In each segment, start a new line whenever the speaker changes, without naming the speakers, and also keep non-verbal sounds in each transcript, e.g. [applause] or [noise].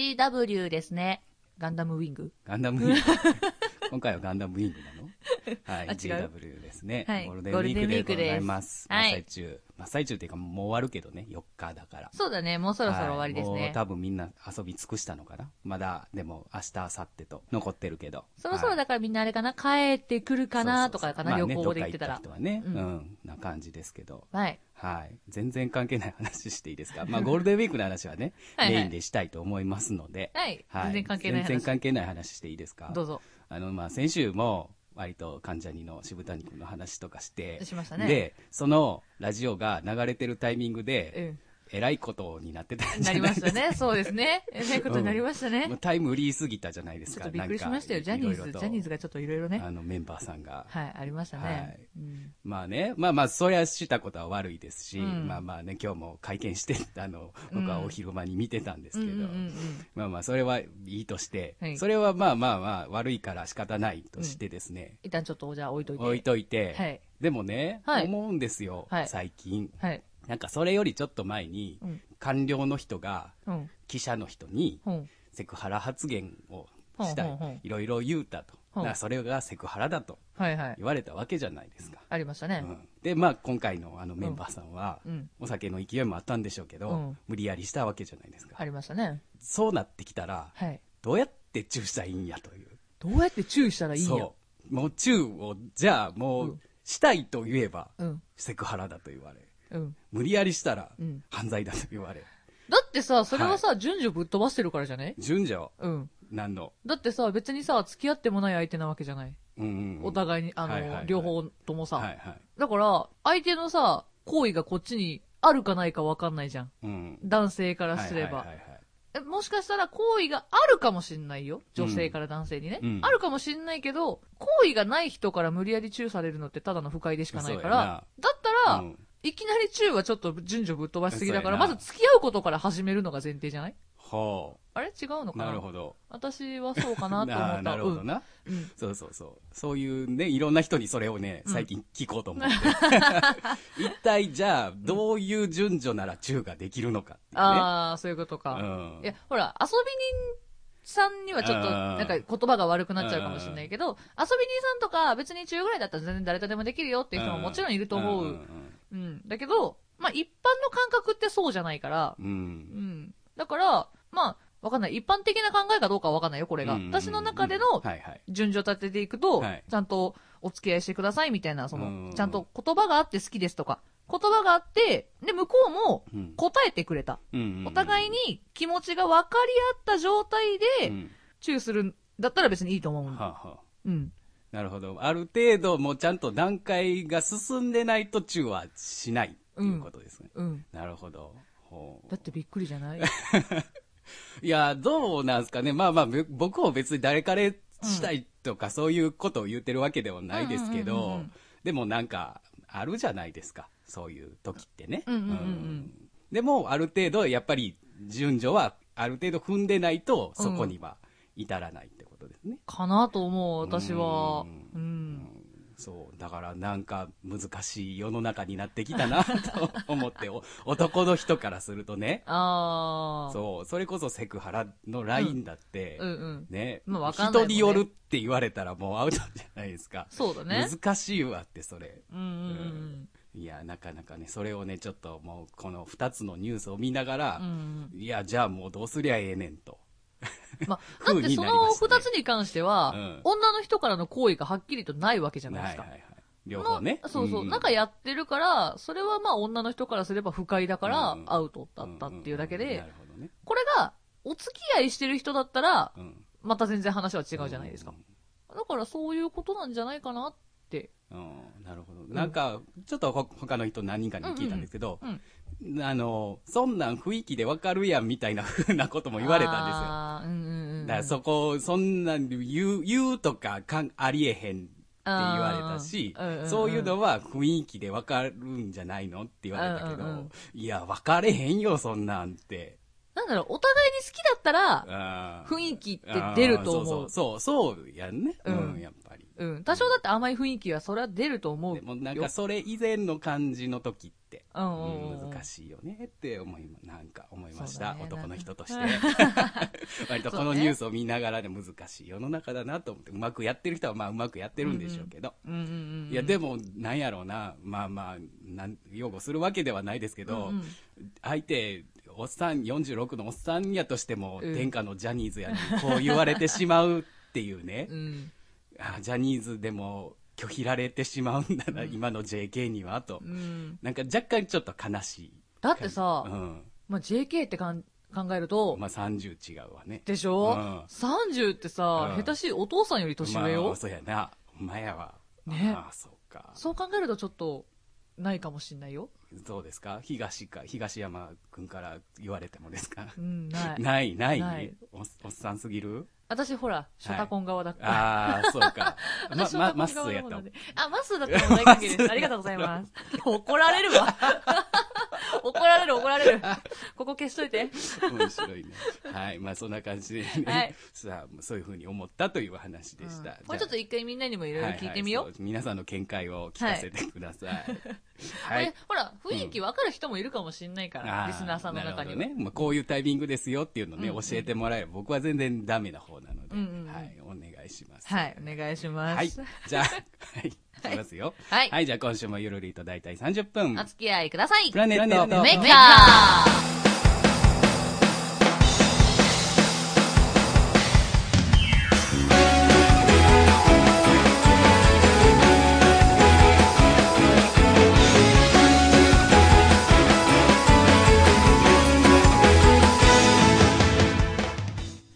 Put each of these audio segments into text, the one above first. GW ですね。ガンダムウィング。
ガンダムウィン [laughs] グ。今回はガンダムウィングなのはい、
あ違う
GW ですね、
はい
ゴールデンウィークでございます。
ゴールデンウィーク
真っ最中。真っ最中っていうかもう終わるけどね、4日だから。
そうだね、もうそろそろ終わりです
はいも
ね
う。多分みんな遊び尽くしたのかなまだ、でも明日、明後日と残ってるけど。
そろそろだからみんなあれかな、帰ってくるかなとかかな、
そうそうそう
旅行で行ってたら。
まあね、どっか行った人はね、う、
うん
な感じですけど。
はい。、
はい。全然関係ない話していいですかまあ、ゴールデンウィークの話はね
はいはい
メインでしたいと思いますので。
はい全然関係ない話
全然関係ない話していいですか
どうぞ。
あの、まあ、先週も、割と関ジャニの渋谷君の話とかして。
しましたね
で、そのラジオが流れてるタイミング
う
で、 [laughs]
ん。
えらいことになってたんじ
な
ゃ
り
な
ま
いで
し
すか。
たね。そうですね。えらいことになりました
[laughs] もう
ね。
タイムリーすぎたじゃないです
ちょっと
か。
びっくりしましたよ。ジャ
なんか
ニーズ、ジャニー
いろいろ
ズがちょっといろいろ
と
ね
あ。の、メンバーさんが。
はい、ありました
は
ね
い。
うん
まあね、まあまあ、そりゃしたことは悪いですし、
うん
まあまあね、今日も会見して、 [laughs] あの、
うん
僕はお昼間に見てたんですけど、
うんうんうんうん
まあまあ、それはいいとして、
はい
それはまあまあまあ、悪いから仕方ないとしてですね、
一旦ちょっと、じゃあ置いといて。
置いといて、
はい
でもね、
はい
思うんですよ、
はい
最近。
はい。
なんか、それよりちょっと前に、
うん
官僚の人が、
うん。
記者の人に、
うん。
セクハラ発言をした
ほうほうほう
い、いろいろ言うたと。
ほう
だからそれがセクハラだと
はいはい。
言われたわけじゃないですか。
ありましたね。
うんで、まあ、今回のあのメンバーさんは、
うんうん
お酒の勢いもあったんでしょうけど、
うん
無理やりしたわけじゃないですか。
ありましたね。
そうなってきたら、
はい。
どうやってチューしたらいいんやという。
どうやって注意したらいいんや。
そう。もうチューを、じゃあもう、したいと言えば、
うん。
セクハラだと言われ。
うん。
無理やりしたら
うん、
犯罪だと言われ。
だってさ、それはさ、順序ぶっ飛ばしてるからじゃね
順序、
うん。
なんの。
だってさ、別にさ、付き合ってもない相手なわけじゃない。
うんうんうん
お互いに、あ
はいはいは
の、
い
両方とも
は
さ
い。はい。
だから、相手のさ、行為がこっちにあるかないかわかんないじゃん。
うん。
男性からすれば
はい。はいはいはい
えもしかしたら行為があるかもしんないよ。女性から男性にね。
うんうん
あるかもしんないけど、行為がない人から無理やりチューされるのってただの不快でしかないから、だったら、
うん
いきなりチューはちょっと順序ぶっ飛ばしすぎだから、
[laughs] そうや
ま
な
ず付き合うことから始めるのが前提じゃない
ほ
あれ違うの
う。
かな
なるほど。
私はそうかなと思っ
あー
た。
[laughs] なるほど
うん
な。
うん
そうそうそう。そういうね、いろんな人にそれをね、
うん
最近聞こうと
[laughs]
思って。一体じゃあ、どういう順序なら中ができるのかっていうね。
ああ、そういうことか。
うん
いや、ほら、遊び人さんにはちょっと、
うん
なんか言葉が悪くなっちゃうかもしれないけど、遊び人さんとか別に中ぐらいだったら全然誰とでもできるよっていう人ももちろんいると思
ん
う。
ん
うん。だけど、まあ一般の感覚ってそうじゃないから、
うんう。
うんん。だから、まあ、わかんない。一般的な考えかどうかはわかんないよ、これが。
うんうんうん
私の中で
うん
の
はいはい。
順序立てていくと、
はい
ちゃんとお付き合いしてくださいみたいな、そ
うんうん
の、ちゃんと言葉があって好きですとか、言葉があって、で、向こうも
うん
答えてくれた。お互い
に、
に気持ちが分かり合った状態
う
で、
ん
チューするんだったら別にいいと思う
は
の。
あはあ
うん。
なるほど。ある程度、もうちゃんと段階が進んでないと中はしないっていうことですね。
うん。
なるほど。ほう
だってびっくりじゃない
いや、どうなんすかね。まあまあ、ぶ僕も別に誰彼したいとか、そういうことを言ってるわけではないです
うんう
け
んうんうん
ど
うん、
でもなんか、あるじゃないですか。そういう時ってね。
うんうんうんうん
うんでも、ある程度、やっぱり、順序は、ある程度踏んでないと、そこには至らないってことですね。
かなと思う、私は。う
う
ん。
そう。だから、なんか、難しい世の中になってきた
[laughs]
な、と思って、お男の人からするとね。
ああ。
そう。それこそセクハラのラインだって、
うんうん。
ね。
まあわかんないもんね
人によるって言われたらもうアウトじゃないですか。
そうだね。
難しいわって、それ。
うんうん
いや、なかなかね、それをね、ちょっともう、この二つのニュースを見ながら、
うん。うんうん。
いや、じゃあもうどうすりゃええねんと。
ま
[laughs]
あ、だってその二つに関しては、
うん
女の人からの行為がはっきりとないわけじゃないで
は
す
い
か。
はいはい。両方ね
ま。あそうそう。
ん
なんかやってるから、それはまあ女の人からすれば不快だから
う、ん
アウトだったっていうだけ
んんん
で
な、るほどね。
これが、お付き合いしてる人だったら、
うん。
また全然話は違うじゃないですか
ん。。
だからそういうことなんじゃないかなって。
うん、なるほど。なんか、ちょっとほ他の人何人かに聞いたんですけど、
うんうん
あの、そんなん雰囲気でわかるやんみたいな風なことも言われたんですよ。
あーうんうんうん。
だからそこ、そんなん言う、言うとかかんありえへんって言われたし
あーうんうんう、ん
そういうのは雰囲気でわかるんじゃないのって言われたけど、
うんうんうん
いや、わかれへんよ、そんなんって。
なんだろう、お互いに好きだったら、
雰
雰囲気って出ると思う。
そうそう、そうそうやんね。う
うん
ん、やっぱり。
うん。多少だって甘い雰囲気は、それは出ると思う
で
よ。
もなんかそれ以前の感じの時って、
うんうんうん
難しいよねって思いま、なんか思いまし
そうだ
た、
ね
[laughs] 男の人として。ないと、
そう
こ
ね
のニュースを見ながらで難しい世の中だなと思って、うまくやってる人はまあうまくやってるんでしょうけど。
うんうんうんうん。
いや、でも、なんやろうな、まあまあ、なん擁護するわけではないですけど、
うんうん
相手、おっさん、46のおっさんやとしても、
うん
天下のジャニーズやに、こう言われてしまうっていうね、
うん。
あジャニーズでも拒否られてしまうんだな、今の JK には、と
う。ん。
なんか若干ちょっと悲しい。
だって
う
さ、
ん。
まあ、JK ってかん考えると、
まあ30違うわね。
でしょ、
うん
?30 ってさ、
うん
下手しいお父さんより年上
ま
よ
あ、。そうやな。お前やわ。
ね
ああ、そうか。
そう考えるとちょっと、ないかもしんないよ。
どうですか東か、東山君から言われてもですか
うん、ない。
ない、ない
ない
おっおっさんすぎる
私ほら、ショタコン側だから。。
ああ、そうか
[laughs]
ま
私、
ま、
は
まっ
シ
す
ョタコン側
ーや
のもの
ったもん
で。あ、マスだったら大歓迎です。ありがとうございます。怒られる
[laughs]
わ。怒られる、怒られる。ここ消しといて。
面白いね。はい。まあ、そんな感じでね。
はい
さあ、そういうふうに思ったという話でした。
うんもうちょっと一回みんなにもいろいろ聞いてみよう。
ははそう皆さんの見解を聞かせてください。はい。
これほら、雰囲気わかる人もいるかもしれないから、
あー
リスナーさんの中には。
なるほどね。まあ、こういうタイミングですよっていうのね、
うんうん
教えてもらえば、僕は全然ダメな方なので、
うんうんうん
はい。お願いします。
はい、お願いしま
はい
す。。
じ
[laughs]
ゃあ、はい。いきますよ。
はい
はい。じゃあ、今週もゆるりと大体30分。
お付き合いください。
プラネット
メッカー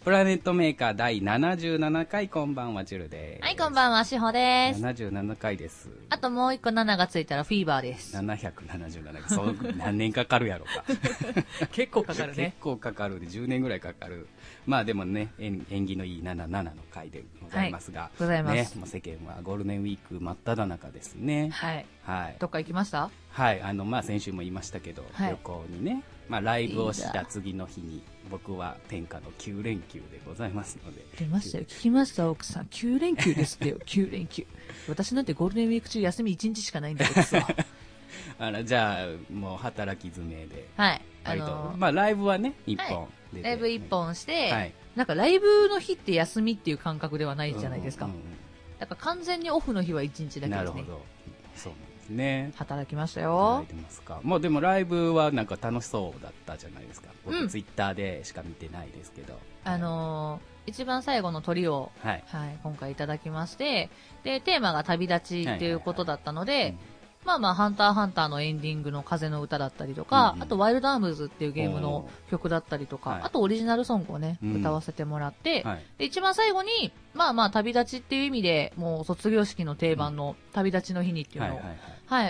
プラネットメーカー第77回、こんばんは、ジュルです。
はい、こんばんは、しほです。
77回です。
あともう一個7がついたらフィーバーです。
777回。そう、何年かかるやろうか。
結構かかるね
結。構かかるで、10年ぐらいかかる。まあでもね、縁縁起のいい77の回でございますが。
はいございます
ね、もう世間はゴールデンウィーク真っ只中ですね。
はい。
はい。
どっか行きました
はい、あの、まあ先週も言いましたけど、
はい
旅行にね、まあライブをし
いいな
た次の日に、僕は天下の9連休でございますので。
出ましたよ。聞きました、奥さん。9連休です
[laughs]
ってよ、9連休。私なんてゴールデンウィーク中休み1日しかないんだけど
[laughs]
さ。
あら、じゃあ、もう働き詰めで。
はい。あ
割と、
の、
まあライブはね、一本出て、
ライブ1本して、
はい
なんかライブの日って休みっていう感覚ではないじゃないですか。
うんうんうん
だから完全にオフの日は1日だけ
な
で
る
す
ほ
ね。
ど。そうなんですね。
働きました
働
よ
い。てますか。まあでもライブはなんか楽しそうだったじゃないですか。僕、
うん
ツイッターでしか見てないですけど。
あのー一番最後の鳥を、
はい。
はい、今回いただきまして、で、テーマが旅立ちっていうことだったので、まあまあ、ハンターハンターのエンディングの風の歌だったりとか、
うんうん
あと、ワイルドアームズっていうゲームの曲だったりとか、
はい
あとオリジナルソングをね、
うん
歌わせてもらって、
はい。
で、一番最後に、まあまあ、旅立ちっていう意味で、もう卒業式の定番の旅立ちの日にっていう
はい。
のを、
は
はいい、。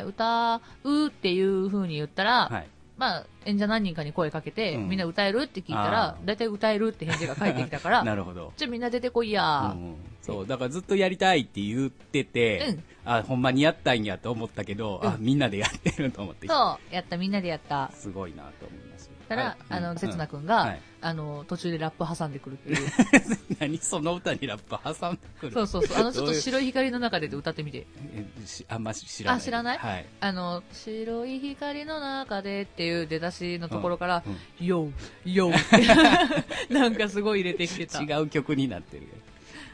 歌うっていう風に言ったら、
はい。
まあ、演者何人かに声かけて、
うん
みんな歌えるって聞いたら
あ、ー
大体歌えるって返事が返ってきたから、
[laughs] なるほど。
じゃあみんな出てこいや
うんうんそう、だからずっとやりたいって言ってて、
うん
あ、ほんまにやったんやと思ったけど、あ、みんなでやってると思って、
そう、やった、みんなでやった。
すごいなと思いました。
たら、あの、せつなくんが、
はい [laughs]
あの、途中でラップ挟んでくるっていう。
何その歌にラップ挟んでくる
そうそうそう。あの、ちょっと
どういう
白い光の中で歌ってみて。
えしあんまし知らない。
あ知らない
はい。
あの、白い光の中でっていう出だしのところから
うん、
よ、よ、
[laughs]
ってなんかすごい入れてきてた。
違う曲になってるよ。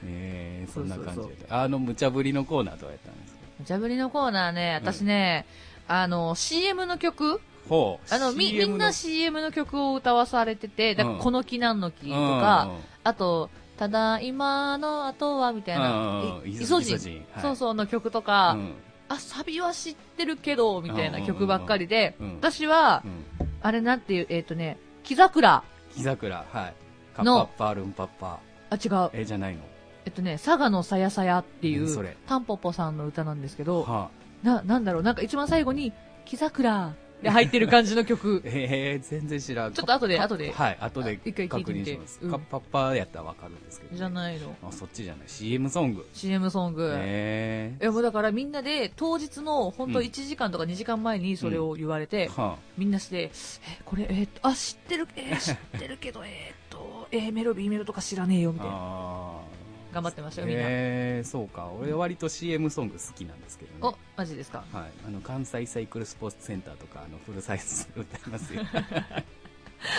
えー、そんな感じ
そうそう
で。あの、無茶ぶりのコーナーどうやったんですか
無茶ぶりのコーナーね、私ね、あの、CM の曲
ほう。
あの、み、み
CM
ん
の
な CM の曲を歌わされてて、だから、
うん
この木なんの木とか、あと、ただ今の後は、みたいな
う、ん
い
イ
イ
ソ
ソ
ジ
ジ
ン
ン、
はい
そうそうの曲と
う
か、
んうん
あ、サビは知ってるけど、みたい
うんうんうん
な
うん
曲ばっかりで、
うん
私は
う、ん。
あれなんていう、えっ、とね、木桜、
木桜、はい。カッ
の
パッパルンパッパ。
あ、違う、
え、じゃないの
えっとね、佐賀のさやさやってい
うん
う、
それ
タンポポさんの歌なんですけど、
はあ
な、なんだろう、なんか一番最後に、木桜で入ってる感じの
[laughs]
曲。
えー、全然知らん。
ちょっと後で
カッ
後で
はい、後で
あ一回聞い
確
てみ
認
て
します。
うん
カッパッパやったらわかるんですけどね。
じゃないの。
あ、そっちじゃない。CM ソング。
CM ソング。
え
えもうだからみんなで当日の本当
うん
1時間とか2時間前にそれを言われて、
ー。は
みんなして、えこれ、えーっとあ知ってる、えー知ってるけど、 [laughs] えーっと、A メロ、B メロとか知らねえよみ
あ。
たいな、
あー
頑張ってましたよみんな
えー、そうか。俺割と CM ソング好きなんですけどね。
おマジですか、 [laughs]
はい、あの関西サイクルスポーツセンターとかあのフルサイズ歌いますよ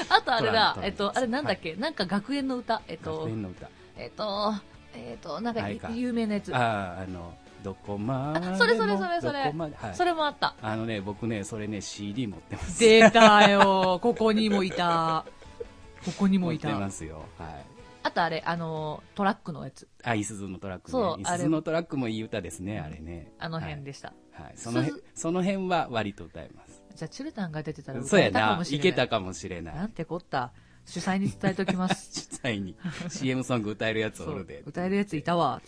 あとあれだ
トラントラント、ラン
えっと、あれなんだっけ、なんか学園の歌、えっと
学、園の歌。
えっと、えっと、なん
あ
か
れか
有名なやつ。
ああ、あの、どこまでも
あそれそれそれそれ
どこまではい
それもあった。
あのね、僕ね、それね、CD 持ってます。
出た
[laughs]
よ、ここにもいた。ここにもい
持ってま
た。
すよ。はい。
あとあれ、あの、トラックのやつ。
あ、いすずのトラック
そう
ね。い
あれ
すずのトラックもいい歌ですね、あれね。
あの辺でした。
はい。はい。その辺
す、
その辺は割と歌います。
じゃあ、チュルタンが出てたら
そ
歌
うや
えたか
な
も。しれ
い
ない。
けたかもしれない
な。んてこった。主催に伝えときます。
[laughs] 実際に CM ソング歌えるやつ
そ
おる
う
で。
歌えるやついたわ。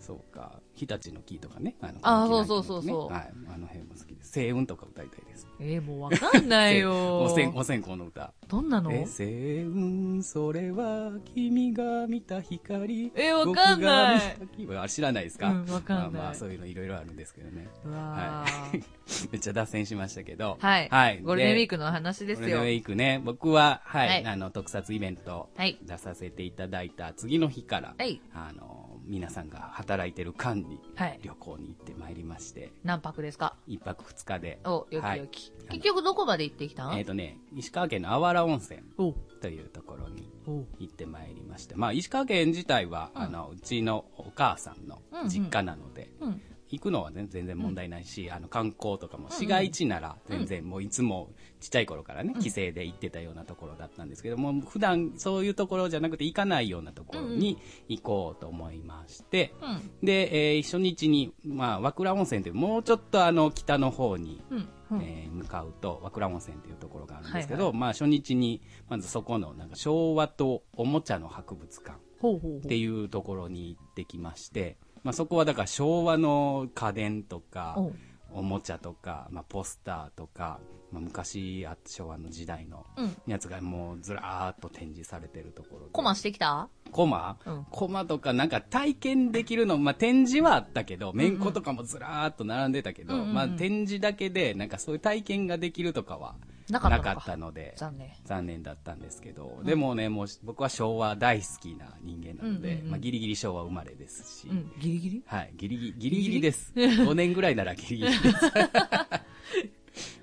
そうか。日立の木とかね。あの
あー
小牧
そう
の木
そう
ね
そうそう
はい。あの辺も好きです。星雲とか歌いたいです。
えー、もうわかんない
[laughs]
よ
お。線、お線香の歌。
どんなの
え、星雲、それは君が見た光。
えわかんない
僕が見た光。あ知らないですか
うんわかんない
まあまあ、そういうのいろいろあるんですけどね。
うわ
は
ー
い。めっちゃ脱線しましたけど。
はい。
はい。
ゴールデンウィー
ク
クの話です
ゴール
よ。
デンウィークね。僕は、はい、
はい
あの、特撮イベント
はい
出させていただいた次の日から、
はい
あの、皆さんが働いてる間に、
はい
旅行に行ってまいりまして、
何泊ですか
一泊二日で、
お、よ
は
き
い
よき。結局どこまで行ってきた
えっ、
ん
とね、石川県のあわら温泉
お、
というところに
お、
行ってまいりまして、まあ、石川県自体は、
うん
あの、うちのお母さんの実家なので、
うん。
行くのは、ね、全然問題ないし、あの観光とかも市街地なら全然もういつもちっちゃい頃からね、帰省で行ってたようなところだったんですけども普段そういうところじゃなくて行かないようなところに行こうと思いまして、
うん。
で、えー初日に、まあ、和倉温泉というもうちょっとあの北の方に、
うん。うん。
えー向かうと和倉温泉というところがあるんですけど、
は
まあ、初日にまずそこのなんか昭和とおもちゃの博物館
ほうほう
っ
ほ
て
う。
いうところに行ってきまして、まあ、そこはだから昭和の家電とか
おう
おもちゃとか、まあ、ポスターとか、まあ、昔あった昭和の時代の
うん。
やつがもうずらーっと展示されてるところで
コマしてきた
コマ、
うん
コマとかなんか体験できるの、まあ、展示はあったけどめんことかもずらーっと並んでたけど、
うんうんうん
まあ、展示だけでなんかそういう体験ができるとかは
なか
なか
ったのか
ったので
残念。
残念だったんですけど、でもね、もう僕は昭和大好きな人間なので、
うんうんうん
まあ、ギリギリ昭和生まれですし、
うん。ギリギリ
はい、ギリギリ、ギリギリ
[laughs]
です。5年ぐらいならギリギリです。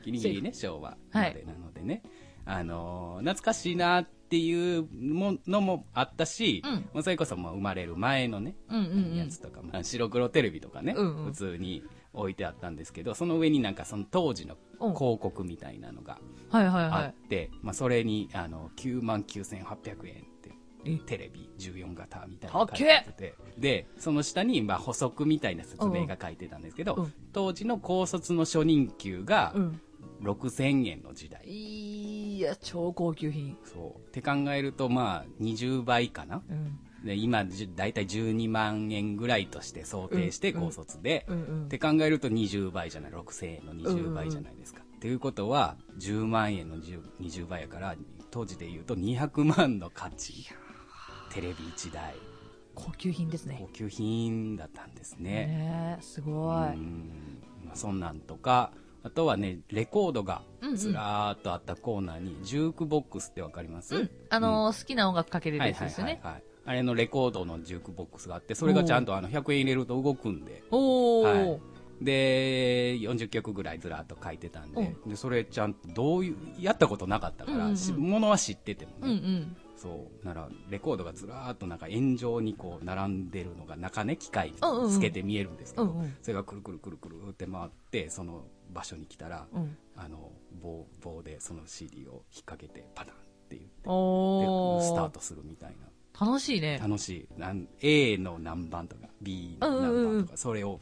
ギリギリね、昭和生まれなのでね、あのー懐かしいなっていうものもあったし、
うん
もうそれこそもう生まれる前のね、
うんうんう
や
ん
つ。とか、まあ、白黒テレビとかね、
うんうん
普通に置いてあったんですけど、その上になんかその当時の
うん
広告みたいなのが、
はいはいは
あ
い。
って、まあ、それにあの9万9800円って
え
テレビ14型みたいな
高
の
っ
書いてあってでその下にまあ補足みたいな説明が書いてたんですけど、
うん
当時の高卒の初任給が
うん。
6000円の時代、
いや、超高級品。
そうって考えるとまあ20倍かな
うん。
で今じゅ大体12万円ぐらいとして想定して
うんうん
高卒で、
うんうん
って考えると20倍じゃない6000円の20倍じゃないですか、っていうことは10万円の10 20倍やから当時で言うと200万の価値テレビ1台
高級品ですね
高。級品だったんですね
ねえ、す
う
ごい。
んまあそんなんとかあとはねレコードがずらーっとあったコーナーにジュークボックスってわかります、
うん。あのー、好きな音楽かけれる
はい
やつ
はい
です
は
よ
い
ね。
はいあれのレコードのジュークボックスがあってそれがちゃんとあの100円入れると動くんで
お
は
ー。
い、で40曲ぐらいずらっと書いてたんで,、
う
でそれちゃんとどういうやったことなかったから、
うんうんうん
しものは知っててもね、
うんうん。
そうならレコードがずらーっとなんか円状にこう並んでるのが中ね機械
うんうんうん
つけて見えるんですけど、
うんうん
それがくるくるくるくるって回ってその場所に来たら、
うん。
あの棒棒でその CD を引っ掛けてパタンって言ってで
お
スター
ー。
トするみたいな。
楽しいね。
楽しいなん A の何番とか B の
うんうん
何
う
番
ん
とかそれを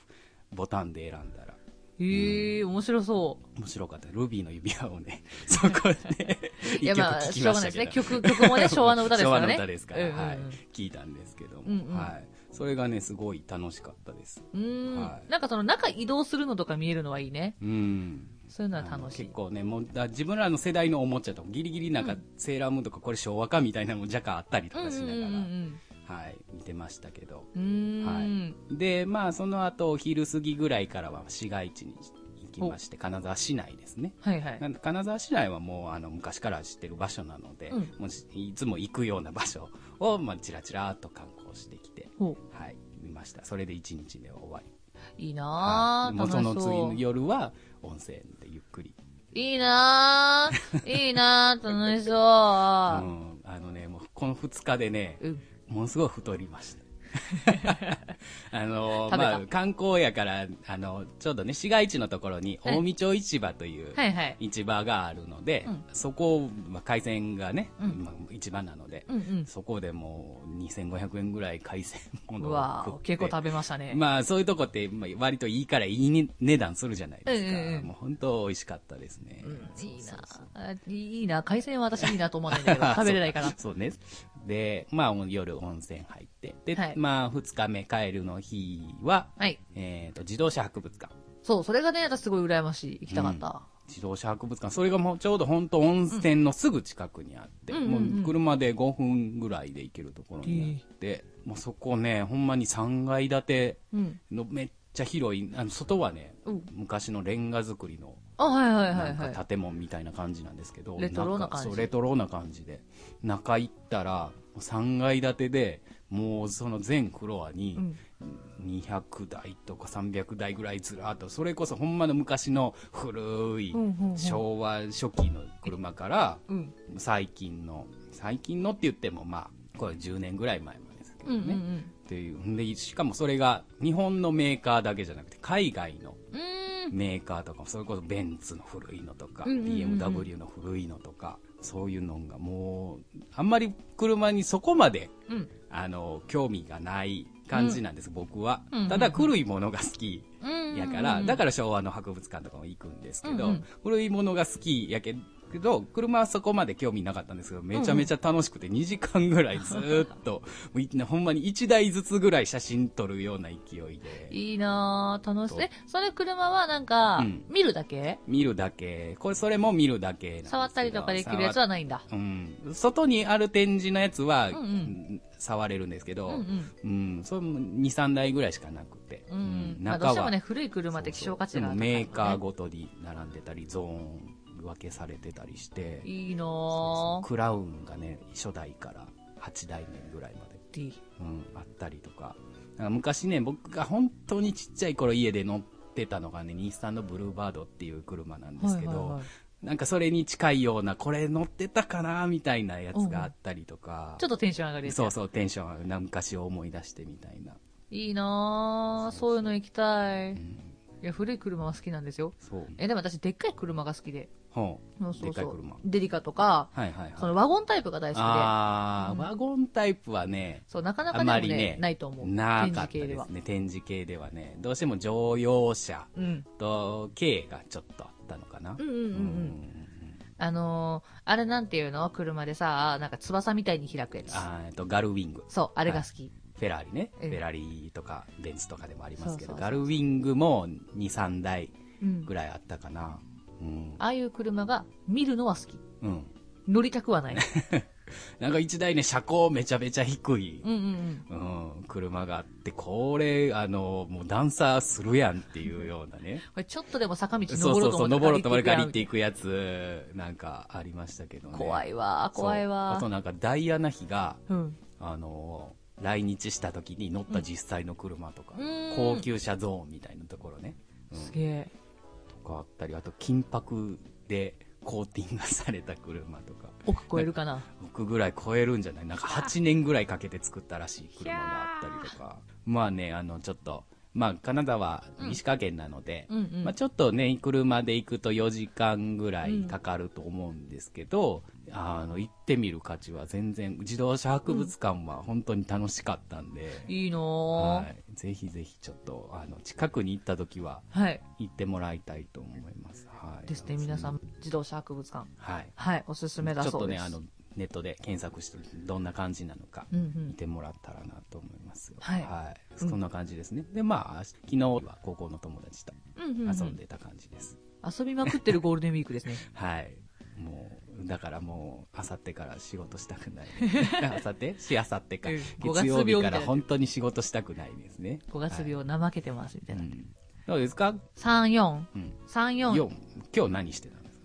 ボタンで選んだら
へえ、面白そ
面白かったルビーの指輪をね [laughs] そこで
う。い
一
や、
曲
まあ、
聴き
しょ
ま
うが
し
な
た
いです
け
ね。
ど
曲、曲
[laughs]
もね、昭和の歌ですからね。
昭和の歌ですから、
うんうんうん
はい、聞いたんですけども、
うんうん
はい、それがねすごい楽しかったです
うーん、
はい
なんかその中移動するのとか見えるのはいいね。
うん
そういうのは
あの
楽しい。
結構ねもうだ自分らの世代のおもちゃとかギリギリなんか、セーラームーンとかこれ昭和かみたいなのも若干あったりと
うんう
か
ん
し
う
ながら、
ん
はい、見てましたけど
うん。うーん。
でまあその後お昼過ぎぐらいからは市街地に行きまして金沢市内ですね
はいはい。
なんで金沢市内はもうあの昔から知ってる場所なので、
うん
もうしいつも行くような場所を、まあ、ちらちらっと観光してきて、
ほ
はい、見ましたそれで1日で終わり
ういいな
は
ぁ、
いもう
楽し
その次
そ
の
う。
夜は温泉でゆっくり
いいなぁ。いいなぁ。楽し
[laughs] う
そ
ん、あのね、もうこの2日でね、
う。うん。
ものすごい太り
[laughs]
ました。あの
食べた
まあ、観光やから、あの、ちょうどね、市街地のところに、
はい
近江町市場という
はいはい
市場があるので、
うん
そこ、まあ、海鮮がね、
うん
まあ市場なので、
うんうん。
そこでもう2500円ぐらい海鮮
う
物
わぁ
を食っ、て
結構食べましたね。
まあ、そういうとこって、まあ割といいからいいね値段するじゃないですか。
うんうんうん
もう本当美味しかったですね。
うん
そう
いい
そう
な
そう
あいいな海鮮は私いいなと思わないんだけど、食べれないから。
[laughs] そうそうね。で、まあ、夜温泉入って。で、
はい
まあ、二日目帰るの日は、
はい。
えっ、と、自動車博物館。
そう、それがね、私すごい羨ましい。行きたかった。
自動車博物館。それがもうちょうど本当温泉のすぐ近くにあって、
うんうんうんうん
もう車で5分ぐらいで行けるところにあって、もうそこね、ほんまに3階建て
うん。
のめっちゃ広い、あの、外はね、
うん。
昔のレンガ造りの
あ、はいはいは
ないん
はい。
か建物みたいな感じなんですけど、
レトロな感じ
んかそうレトロな感じで中行ったら3階建てでもうその全フロアに
うん
200台とか300台ぐらいずらっとそれこそほんまの昔の古い
うんうんうん
昭和初期の車から
うん。
最近の最近のって言ってもまあこれ10年ぐらい前までですけど
うんう
ね、
んうん。
っていうんでしかもそれが日本のメーカーだけじゃなくて海外の
うーん。
メーカーとかもそれこそベンツの古いのとか、
うんうんうんうん
BMW の古いのとかそういうのがもうあんまり車にそこまで
うん。
あの興味がない感じなんです、僕は、
うんうんうん
ただ古いものが好き
うん。
やから、だ
か
から昭和の博物館とかも行くんですけど、
うんうん
古いものが好きやけど車はそこまで興味なかったんですけどめちゃめちゃ楽しくて2時間ぐらいずーっ
[laughs]
と、もういほんまに1台ずつぐらい写真撮るような勢いで
いいなぁ、楽しそう。え、それ車はなんか
うん、
見るだけ
見るだけ。これ、それも見るだけなんですけど
触ったりとかできるやつはないんだ。
触っうん。外にある展示のやつは、
うんうん
うん触れるんですけ
う
ど、
ん
う、
うんん。
それも2、3台ぐらいしかなくて。
うん。まあどうしてもね、古い車って希
そうそう
少価値が
で
高い
も
もんね。
メーカーごとに並んでたり、ゾーン分けされてたりして、
いいな
そうそう
ぁ。
クラウンがね、初代から8代目ぐらいまで、
D
うん、あったりとか。なんか昔ね、僕が本当にちっちゃい頃家で乗ってたのがね、日産のブルーバードっていう車なんですけど、
はいはいはい
なんかそれに近いような、これ乗ってたかなみたいなやつがあったりとか。
ちょっとテンション上がるやつ
そうそう、テンション上がる。昔を思い出してみたいな。
いいなぁ、そういうの行きたい。
う
い
ん、
や、古い車は好きなんですよ。
そう。
え、でも私、でっかい車が好きで。
ほう。
そうそうそう
でっかい車。はい
デリカとか、
はいはい。
そのワゴンタイプが大好きで。
あー、
うん
ワゴンタイプはね、
そう、なかなか
あんま
で
り
もね
ね、
ないと思う。
なかった
展示系で
で
は
す。ね。展示系ではね。どうしても乗用車
うん。
と軽がちょっとあったのかな。
うんうんうんう
うん
ん。あのー、あれなんていうの車でさ、なんか翼みたいに開くやつ。
あーえっと、ガルウィング。
そう、あれが好き。
フェラーリね。
う
フ
ん
ェラーリとか、ベンツとかでもあります
そうそ
け
う
ど、
そう
ガルウィングも2、3台。
うん
ぐ。らいあったかな。うん。
ああいう車が見るのは好き。
うん。
乗りたくは
[laughs]
ない。
なんか一台ね、車高めちゃめちゃ低い、
うんうんうん。
うん、車があって、これ、あの、もうダンサーするやんっていうようなね。
これちょっとでも坂道
そ
登
う
ろ
そうう
と思
そう、
って
登ろうと思ってガリって
い
いくやつ、なんかありましたけどね。
怖
い。
いわ、怖い
あ
わ
と。なんかダイアナ妃が、
うん。
あの、来日した時に乗った実際の車とか、
うん
高級車ゾーンみたいなところね。うん
すげえ。
とかあったり、あと金箔でコーティングされた車とか。
奥超えるかな。
僕ぐらい超えるんじゃないなんか8年ぐらいかけて作ったらしい車があったりとか。まあね、あの、ちょっと、まあ、カナダは石川県なので、
うんうん。
まあ、ちょっとね、車で行くと4時間ぐらいかかると思うんですけど、あの、行ってみる価値は全然、自動車博物館は本当に楽しかったんで、
いい
は
の
い、ぜひぜひちょっと、あの、近くに行った時は
ーはい。
行ってもらいたいと思います。はい。
ですね、皆さん。、自動車博物館。
はい。
はい、おすすめだ
ちょっ
そ
と
うで
ね、
す。
あの、ネットで検索して、どんな感じなのか、
うんう
見
ん。
てもらったらなと思いますよ。
はいうん
そんな感じですね。で、まあ、昨日は高校の友達と
うんうん、
遊ん。でた感じです。
遊びまくってるゴールデンウィークです
[laughs]
ね。
はい。もう、だからもう、あさってから仕事したく
[laughs]
ない。あさってしあさってか
うん。五月
月
病
曜
みた
日
いな
から本当に仕事したくないですね。
5月
はい
病怠けてます、みたいうな。
んどうですか
3、4、
うん。
3、4、
よ今日何してたんですか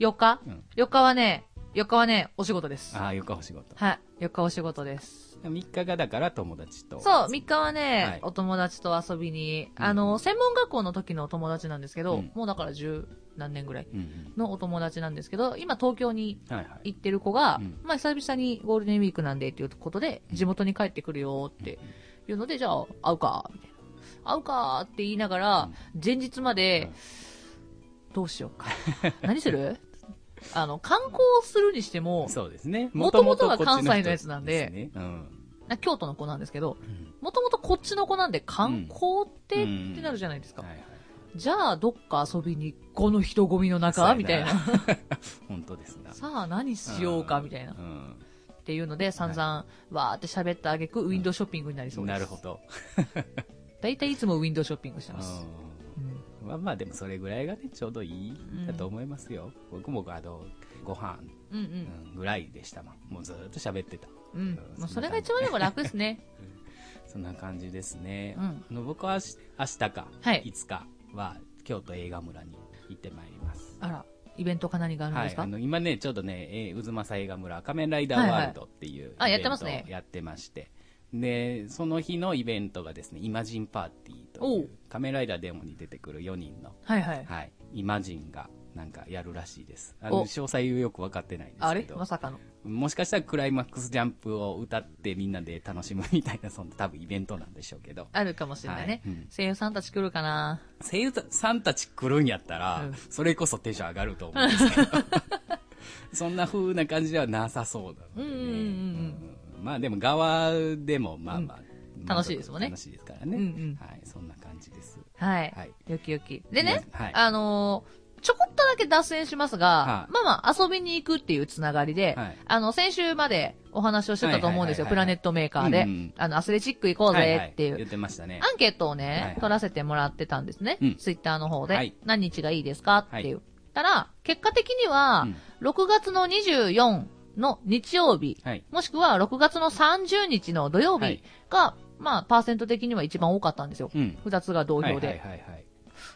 4日
うん。
?4 日はね、4日はね、お仕事です。
ああ、4日お仕事。
はい。4日お仕事です。
3日がだから友達と。
そう、3日は
はい
ね、お友達と遊びに、
うん
あの、専門学校の時のお友達なんですけ
う
ど
ん、
もうだから10、何年ぐらい
うんうん
のお友達なんですけど、今東京に
はいはい。
行ってる子が、
うん
まあ久々にゴールデンウィークなんでっていうことで、地元に帰ってくるよっていうので、じゃあ会うか、みたいな。会うかって言いながら、前日まで、どうしようか。 [laughs] 何するあの、観光するにしても、
そうですね。
元々は
元々こっ
関
ち
西
人
のやつなんで
ですねうん。
な京都の子なんですけど
ん、
もともとこっちの子なんで観光って、
うん
ってなるじゃないですか。
はいはい。
じゃあ、どっか遊びに、この人混みの中みたいな。。
[laughs] 本当ですな。
さあ、何しようかみたいな。
う
っ
ん
ていうので、散々、わーって喋ったあげく、ウィンドウショッピングになりそうです。
なるほど。
大体いつもウィンドウショッピングしてます。
う
うん
んまあまあでもそれぐらいがね、ちょうどいいんだと思いますよ。僕もあの、ご飯
うんう。
うんんぐらいでしたもん。もうずーっと喋ってた。
うん。まあ、それが一番でも楽です
[laughs]
ね。
そんな感じですね。
うん
あの僕はし明日か、
はい
5日は京都映画村に行ってまいります。
あら、イベントか何があるん
は
で
い
す、か、
あの今ね、ちょうどね、えー、渦政映画村、仮面ライダーワールドっていう、
はいはいあ
イ
や
ベント
ってますね
をやってまして、で、その日のイベントがですね、イマジンパーティーとい
おう
う、仮面ライダーデモに出てくる4人の、
はいはい。
はい、イマジンがなんかやるらしいです。あ
お
の詳細よく分かってないんです
あ
け
れ
ど、
まさかの。
もしかしたらクライマックスジャンプを歌ってみんなで楽しむみたいな、そんな多分イベントなんでしょうけど、
あるかもしれないね。
はいうん
声優さんたち来るかな
声優さんたち来るんやった
う
ら、
ん
それこそテンション上がると思うんで
[laughs]
すけど、そんな風な感じではなさそうなのでね
うんうんうん
うんまあでも側でもまあまあ、
楽しいですもんね
楽しいですからね。
うんうん
はい、そんな感じです。
はい。
はい
よきよき。でね、
はい
あのーちょこっとだけ脱線しますが、
はい
まあまあ遊びに行くっていうつながりで、
はい
あの、先週までお話をしてたと思うんですよ、
は
プ
いは
ラ
いは
ネ
いは
ッ
い
トメーカーで、
うんうん
あの、アスレチック行こうぜっていう、
はは言ってましたね。
アンケートをね、
はいはい
取らせてもらってたんですね、
うん
ツイッターの方で、
はい
何日がいいですかって言ったら、結果的に
う
は
ん、
6月の24の日曜日、
はい。
もしくは6月の30日の土曜
は
日
い
が、まあ、パーセント的には一番多かったんですよ。
うん。
2つが同票で。
はいはいはいはい。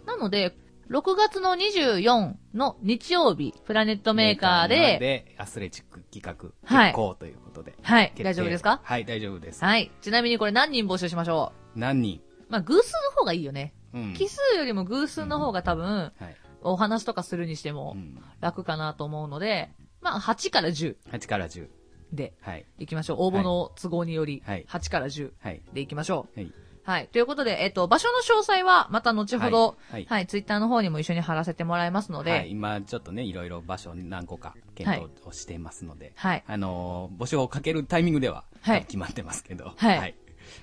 なので、6月の24の日曜日、プラネットメーカー
メー
で、
アスレチック企
は
画、
い
結構ということで。
はい、
決定
大丈夫ですか
はい、大丈夫です。
はい。ちなみにこれ何人募集しましょ
何人
うまあ、偶数の方がいいよね。
うん
奇数よりも偶数の方が多分、
はい。
お話とかするにしても
うん
楽かなと思うので、まあ、8から10
8から10。
で
はい。
いきましょう。応募の都合により、
はい
8から10
はい。
でいきましょう。
はい。
はい。ということで、えっと、場所の詳細は、また後ほど、
はいはい
はい、ツイッターの方にも一緒に貼らせてもらいますので、
はい、今ちょっとね、いろいろ場所何個か検討をしていますので、
はい
あのー募集をかけるタイミングでは、
はい
決まってますけど、
はい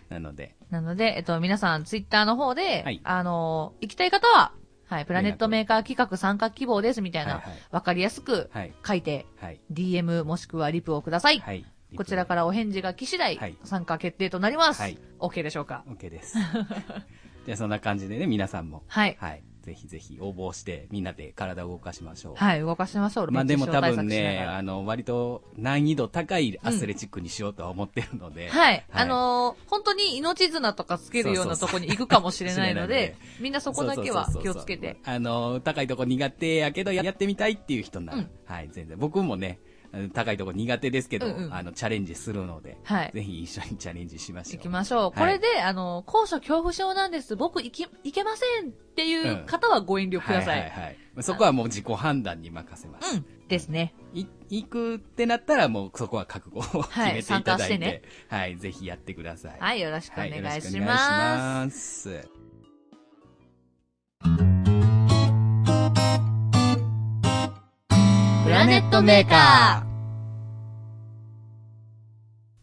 なので、
なので、えっと、皆さん、ツイッターの方で、
はい
あの、行きたい方は、はい、プラネットメーカー企画参加希望ですみたいな、わ、
はいはい
かりやすく
はい。
書いて、
はい。
DM もしくはリプをください。
はい。
こちらからお返事が来次第、
はい
参加決定となります。
はい
OK でしょうか。
OK です。 [laughs] じゃあそんな感じでね、皆さんも、
はい
ぜひぜひ応募して、みんなで体を動かしましょう。
はい、動かしてみましょう。
まあでも多
熱中症
分
対策しな
ね、
がら
あの、割と難易度高いアスレチックにしようとは思ってるので、
はい、あのー本当に命綱とかつけるようなとこに行くかもしれないので
そうそう、
みんなそこだけは
そうそう
気を
そうそう
つけて。。
あの、高いとこ苦手やけど、ややってみたいっていう人なら、
うん
はい、全然。僕もね、あの高いとこ苦手ですけど、
うんうん
あの、チャレンジするので、
はい
ぜひ一緒にチャレンジしましょう。
行きましょう。これで、あの、高所恐怖症なんです。僕行き、行けませんっていう方はご遠慮くださ
はい
い。
はいはいまあそこはもう自己判断に任せま
う
す。
ん。ですね。
い行くってなったら、もうそこは覚悟を [laughs] 決
はい
めていた
参加
だ
し
い
て
て、
ね
はい、ぜひやってください。
はい、よろしくお
は
願
い、
いし
よろしくお
ま
願
す。
いします。
プラネットメーカ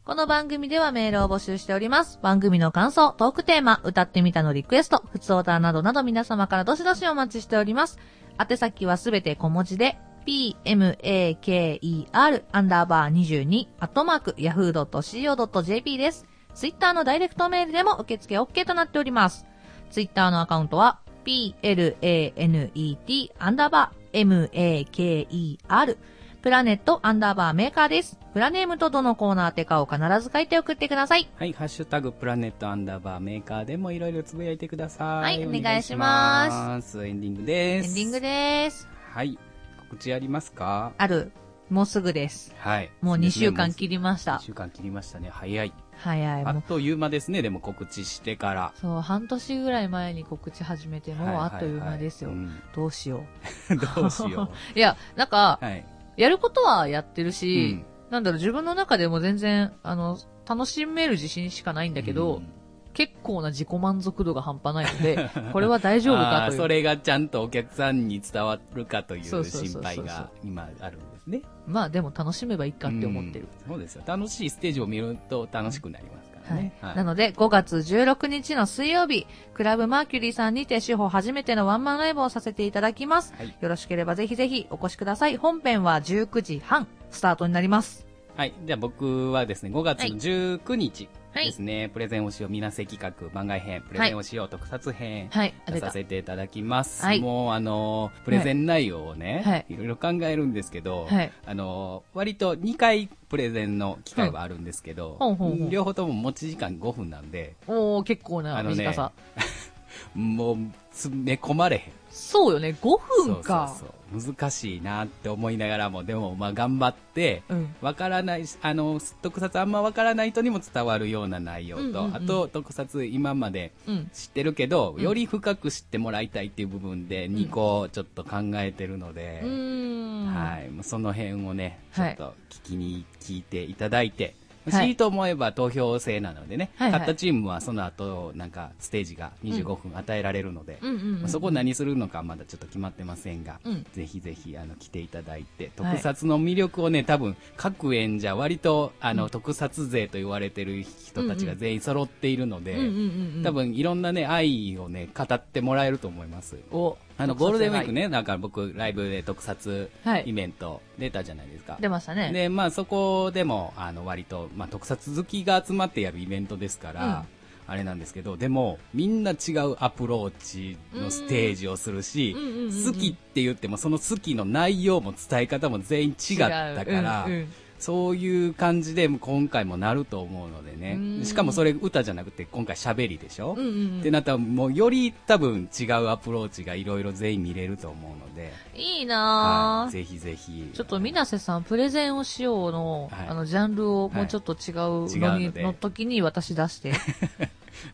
この番組ではメールを募集しております。番組の感想、トークテーマ、歌ってみたのリクエスト、普通オーダーなどなど皆様からどしどしお待ちしております。宛先はすべて小文字で、pmaker アンダーバー22、アットマーク、yahoo.co.jp です。ツイッターのダイレクトメールでも受付 OK となっております。ツイッターのアカウントは、planet アンダーバー maker プラネットアンダーバーメーカーです。プラネームとどのコーナーてかを必ず書いて送ってください。
はい、ハッシュタグプラネットアンダーバーメーカーでもいろいろつぶやいてください。
はいお願いします
お願いしますエンディングで
エ
す。
ンディングです。
はい。告知ありますか
ある。もうすぐです。
はい。
もう2週間切
り
りまし
ま
た
2。週間切りましたね。早い。
早い。
あ
もう
っという間ですね、でも告知してから。
そう、半年ぐらい前に告知始めて、もうあっという間ですよ
は。いはい
どうしよ
はいうん [laughs] どうしよ
[laughs] う。いや、なんか
う。、はい。
やることはやってる
う
し
ん、
なんだろう、自分の中でも全然、あの、楽しめる自信しかないんだけど、
うん
結構な自己満足度が半端ないので、
[laughs]
これは大丈夫か
あ
とい
ー
う。
それがちゃんとお客さんに伝わるかとい
そう
う
そうそうそう
心配が今あるんですね。
まあでも楽しめばいいかって思ってる。
うんそうですよ。楽しいステージを見ると楽しくなりますから
はい
ね。。はい
なので、5月16日の水曜日、クラブマーキュリーさんにて、司法初めてのワンマンライブをさせていただきます。
はい
よろしければぜひぜひお越しください。本編は19時半、スタートになります。
はい。じゃあ僕はですね、5月の19日
はい
ですね、プレゼンをしよう、みなせ企画番外編、プレゼンをしよう、特撮編。
はい。あ、出
さ
た。
せていただきます。
はい
もう、あの、プレゼン内容をね、
はい
い、ろいろ考えるんですけど、
はい
あの、割と2回プレゼンの機会はあるんですけど、
ほうほうほう
両方とも持ち時間5分なんで、
おー、結構な
あのね
短さ。
[laughs] もう、詰め込まれへん。
そうよね、5分か。
そうそうそう。難しいなって思いながらも、でも、まあ、頑張って、
うん
わからないし、あの、特撮あんまわからない人にも伝わるような内容と、
うんうんうん
あと、特撮今まで
うん
知ってるけど、より深く知ってもらいたいっていう部分で、2個ちょっと考えてるので、
うーん。
はい。もうその辺をね、ちょ
はい
っと聞きに、聞いていただいて、欲
はい
しいと思えば投票制なのでね、
はいはい
勝ったチームはその後、なんかステージが25分与えられるので、
うんうん、う
まあ
ん。
そこ何するのかまだちょっと決まってませんが、
うん
ぜひぜひあの来ていただいて、
はい
特撮の魅力をね、多分各演者、割とあの、特撮勢と言われてる人たちが全員揃っているので、
うんうんうんうん。
多分いろんなね、愛をね、語ってもらえると思います。
お、
あの、
特撮
ゴールデンウィークね、なんか僕、ライブで特撮
はい
イベント出たじゃないですか。
出ましたね。
で、まあそこでも、あの、割と、まあ特撮好きが集まってやるイベントですから、あれなんですけど、でも、みんな違うアプローチのステージをするし
うんうんうんうん、
好きって言っても、その好きの内容も伝え方も全員違ったから
うんう、ん
そういう感じで今回もなると思うので
うん
ね。しかもそれ歌じゃなくて、今回喋りでしょ
うんうんうん
ってなったら、もうより多分違うアプローチがいろいろ全員見れると思うので、
いいな
は
ぁ
い、ぜひぜひ。
ちょっと、水瀬さん、プレゼンをしようの、
はい
あの、ジャンルをもうちょっと違うの
はい違う
に、
ので
の時に私出して、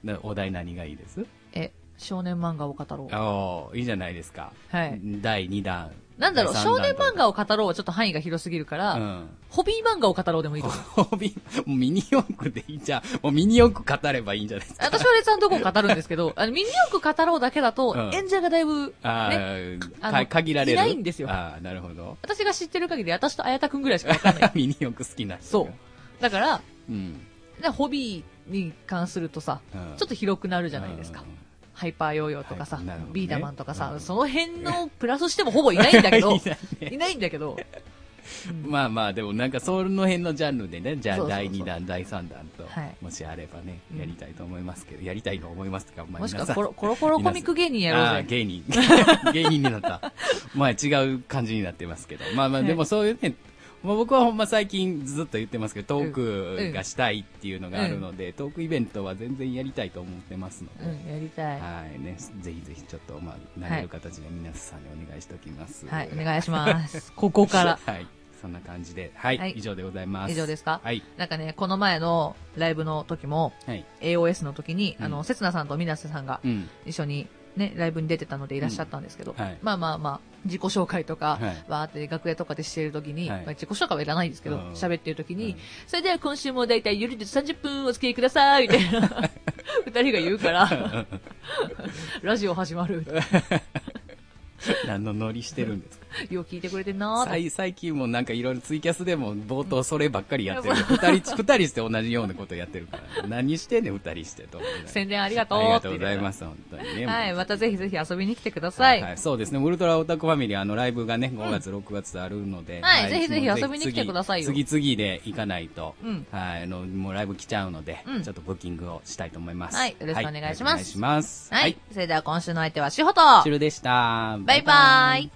なお題何がいいです
え、少年漫画を語ろう。
おーいいじゃないですか。
はい。
第2弾。
なんだろう、
第
少
三
年
弾とか
漫画を語ろうはちょっと範囲が広すぎるから、
うん。 [laughs]
ホビー漫画を語ろうでもいいと思う。
ホビもうミニ四駆でいいじゃん。もうミニ四駆語ればいいんじゃないですか。
私はレッツどこを語るんですけど、あの、ミニ四駆語ろうだけだと
う、ん
演者がだいぶ、
あ
ね、
ー
あの
か限られる。
いないんですよ。
ああ、なるほど
私が知ってる限り、私と綾田くんぐらいしかわ
[laughs]
かんない。
ミニ四駆好きな人
そう
が。。
だから、
うん。
ねホビーに関するとさ、
うん
ちょっと広くなるじゃないですか。ハイパーヨーヨーとかさ、
はいなるほどね
ビーダマンとかさ、
うん
その辺のプラスしてもほぼいないんだけど、い
い [laughs] ないね
ないんだけど、
まあまあ、でもなんかその辺のジャンルでね、じゃ
そう
あ
そうそう
第2弾、第3弾と
はい、
もしあればね
う、ん
やりたいと思いますけど、やりたいと思いますとか、まあ
もしく
皆
は
さん
コロコロコロコミック芸人や
あ
ろ
あ
う
ー
ぜ。
芸人。芸人に [laughs] なった。まあ違う感じになってますけど。まあまあ、
はい
でもそういうね、まあ、僕はほんま最近ずっと言ってますけど、トークがしたいっていうのがあるので、トークイベントは全然やりたいと思ってますので。
うん、やりたい。は
はいね、ぜひぜひちょっと、まあ、慣れる形で皆さんにお願いしておきます。
い、お願いし
[laughs]
ます。ここから。
はい。そんな感じで。はい。
はい
以上でございます。
以上ですか
はい。
なんかね、この前のライブの時も、
はい。
AOS の時に、
うん
あの、せつなさんとみなせさんが
うん。 [laughs]
一緒にね、ライブに出てたのでいらっしゃったんですけど、
うんはい
まあまあまあ、自己紹介とか、
はい
わーって楽屋とかでしてる時に、
はい
まあ自己紹介はいらないんですけど
うん、
喋、ってる時に、
うん
それでは今週もだいたい夜で30分お付き合いくださいみたいな、 [laughs] 二人が言うから、
[laughs]
ラジオ始まる。
何のノリしてるんですか
[laughs] よう聞いてくれてんなーって。
最最近もなんかいろいろツイキャスでも冒頭そればっかりやってる。二人、二人して同じようなことやってるから。何してんねん、二人して
[laughs]
と思いながら。
宣伝ありがとう
あ
って
り
言
が
って
とうございます、本当にね。
はい、
もう
またぜひぜひ遊びに来てくださ。
はいいはい、そうですね、ウルトラオタクファミリー、あのライブがね、5月、6月あるので、
はいぜひぜひ遊びに来てくださいよ
次次々で行かないと、
うん
はい、あの、もうライブ来ちゃうので、
うん
ちょっとブッキングをしたいと思います。
はいよろしくお願いします
はお願いします。
はい、それでは今週の相手はしほと、
チルでした。
バイバイ。